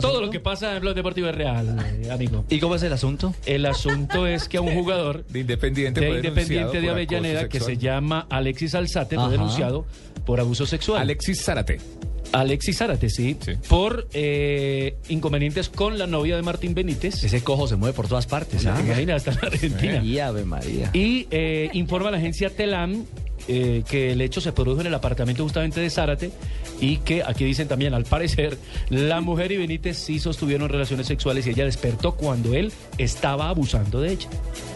Todo lo que pasa en Blog Deportivo es real, eh, amigo. ¿Y cómo es el asunto? El asunto es que a un jugador De Independiente de fue denunciado Independiente de por Avellaneda acoso que se sexual. llama Alexis Alzate fue Ajá. denunciado por abuso sexual. Alexis Zárate. Alexis Zárate, sí, Sí. por eh, inconvenientes con la novia de Martín Benítez. Ese cojo se mueve por todas partes. ¿ah? Imagina, hasta en Eh, Argentina. Y Ave María. Y eh, informa la agencia Telam eh, que el hecho se produjo en el apartamento justamente de Zárate y que aquí dicen también, al parecer, la mujer y Benítez sí sostuvieron relaciones sexuales y ella despertó cuando él estaba abusando de ella.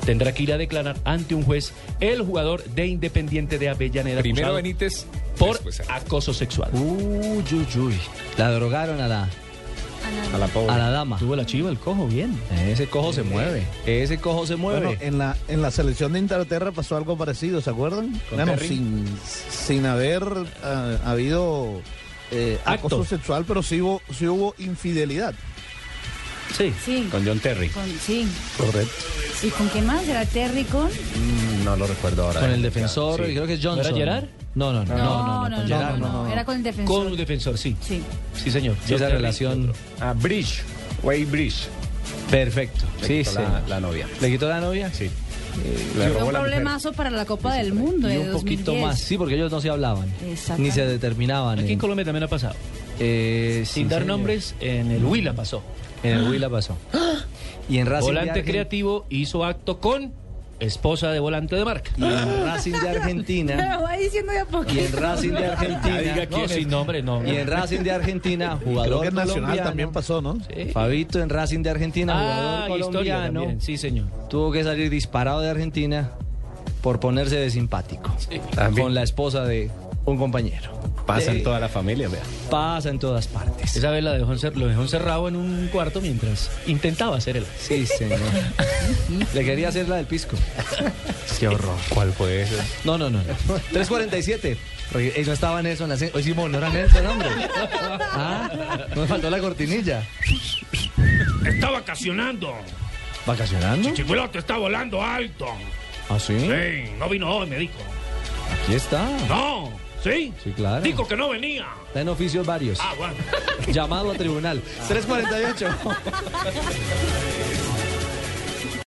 Tendrá que ir a declarar ante un juez el jugador de Independiente de Avellaneda. Primero acusado Benítez. por después Zárate. acoso sexual. Uy, uy, uy. La drogaron a la, a la pobre. a la dama. Tuvo la chiva, el cojo, bien. Ese cojo se mueve. Ese cojo se mueve. Bueno, eh, en la, en la selección de Inglaterra pasó algo parecido, ¿se acuerdan? Claro, Terry? sin, sin haber ah, habido eh, acoso Actos. sexual, pero sí hubo, sí hubo infidelidad. Sí. Sí. Con John Terry. sí. Correcto. ¿Y con quién más? ¿Era Terry con? No lo recuerdo ahora. con el defensor, Sí. creo que es Johnson. ¿No era Gerard? No, no, no. No, no, no. no, con Gerard, no. no. Era con el defensor. Con un defensor, sí. Sí. Sí, señor. Sí, esa relación. Ah, Bridge. Way Bridge. Perfecto. Le Sí, quitó sí. La, la novia. ¿Le quitó la novia? Sí. Fue Eh, Le robó un la mujer. problemazo para la Copa del Mundo Y de un poquito 2010. más. Sí, porque ellos no se hablaban. Exactamente. Ni se determinaban. Aquí en en- Colombia también ha pasado. eh, sí, Sin dar señor. nombres, en el Huila pasó. En el Huila pasó. Y en Racing. de Volante Argen- creativo hizo acto con esposa de volante de marca. Y en Racing de Argentina. Pero va diciendo de a poquito. Y en Racing de Argentina. No, sin nombre, no. Y en Racing de Argentina, Creo jugador que en Nacional colombiano. también pasó, ¿no? Sí. Fabito en Racing de Argentina, Ah, jugador historia colombiano, también, sí, señor. tuvo que salir disparado de Argentina por ponerse de simpático También. con la esposa de un compañero. Pasa Eh, Sí. en toda la familia, vea. Pasa en todas partes. Esa vez la dejó encer- lo dejó encerrado en un cuarto mientras intentaba hacer el. Sí, señor. Le quería hacer la del pisco. Qué horror. ¿Cuál fue ese? No, no, no. no. 347. Porque, eh, no estaba Nelson. la se- Hoy sí no era Nelson, hombre. Ah, nos faltó la cortinilla. Está vacacionando. ¿Vacacionando? Chicuelote está volando alto. ¿Ah, sí? Sí, no vino hoy, me dijo. Aquí está. No, ¿sí? Sí, claro. Dijo que no venía. Está en oficios varios. Ah, bueno. Llamado a tribunal. 348.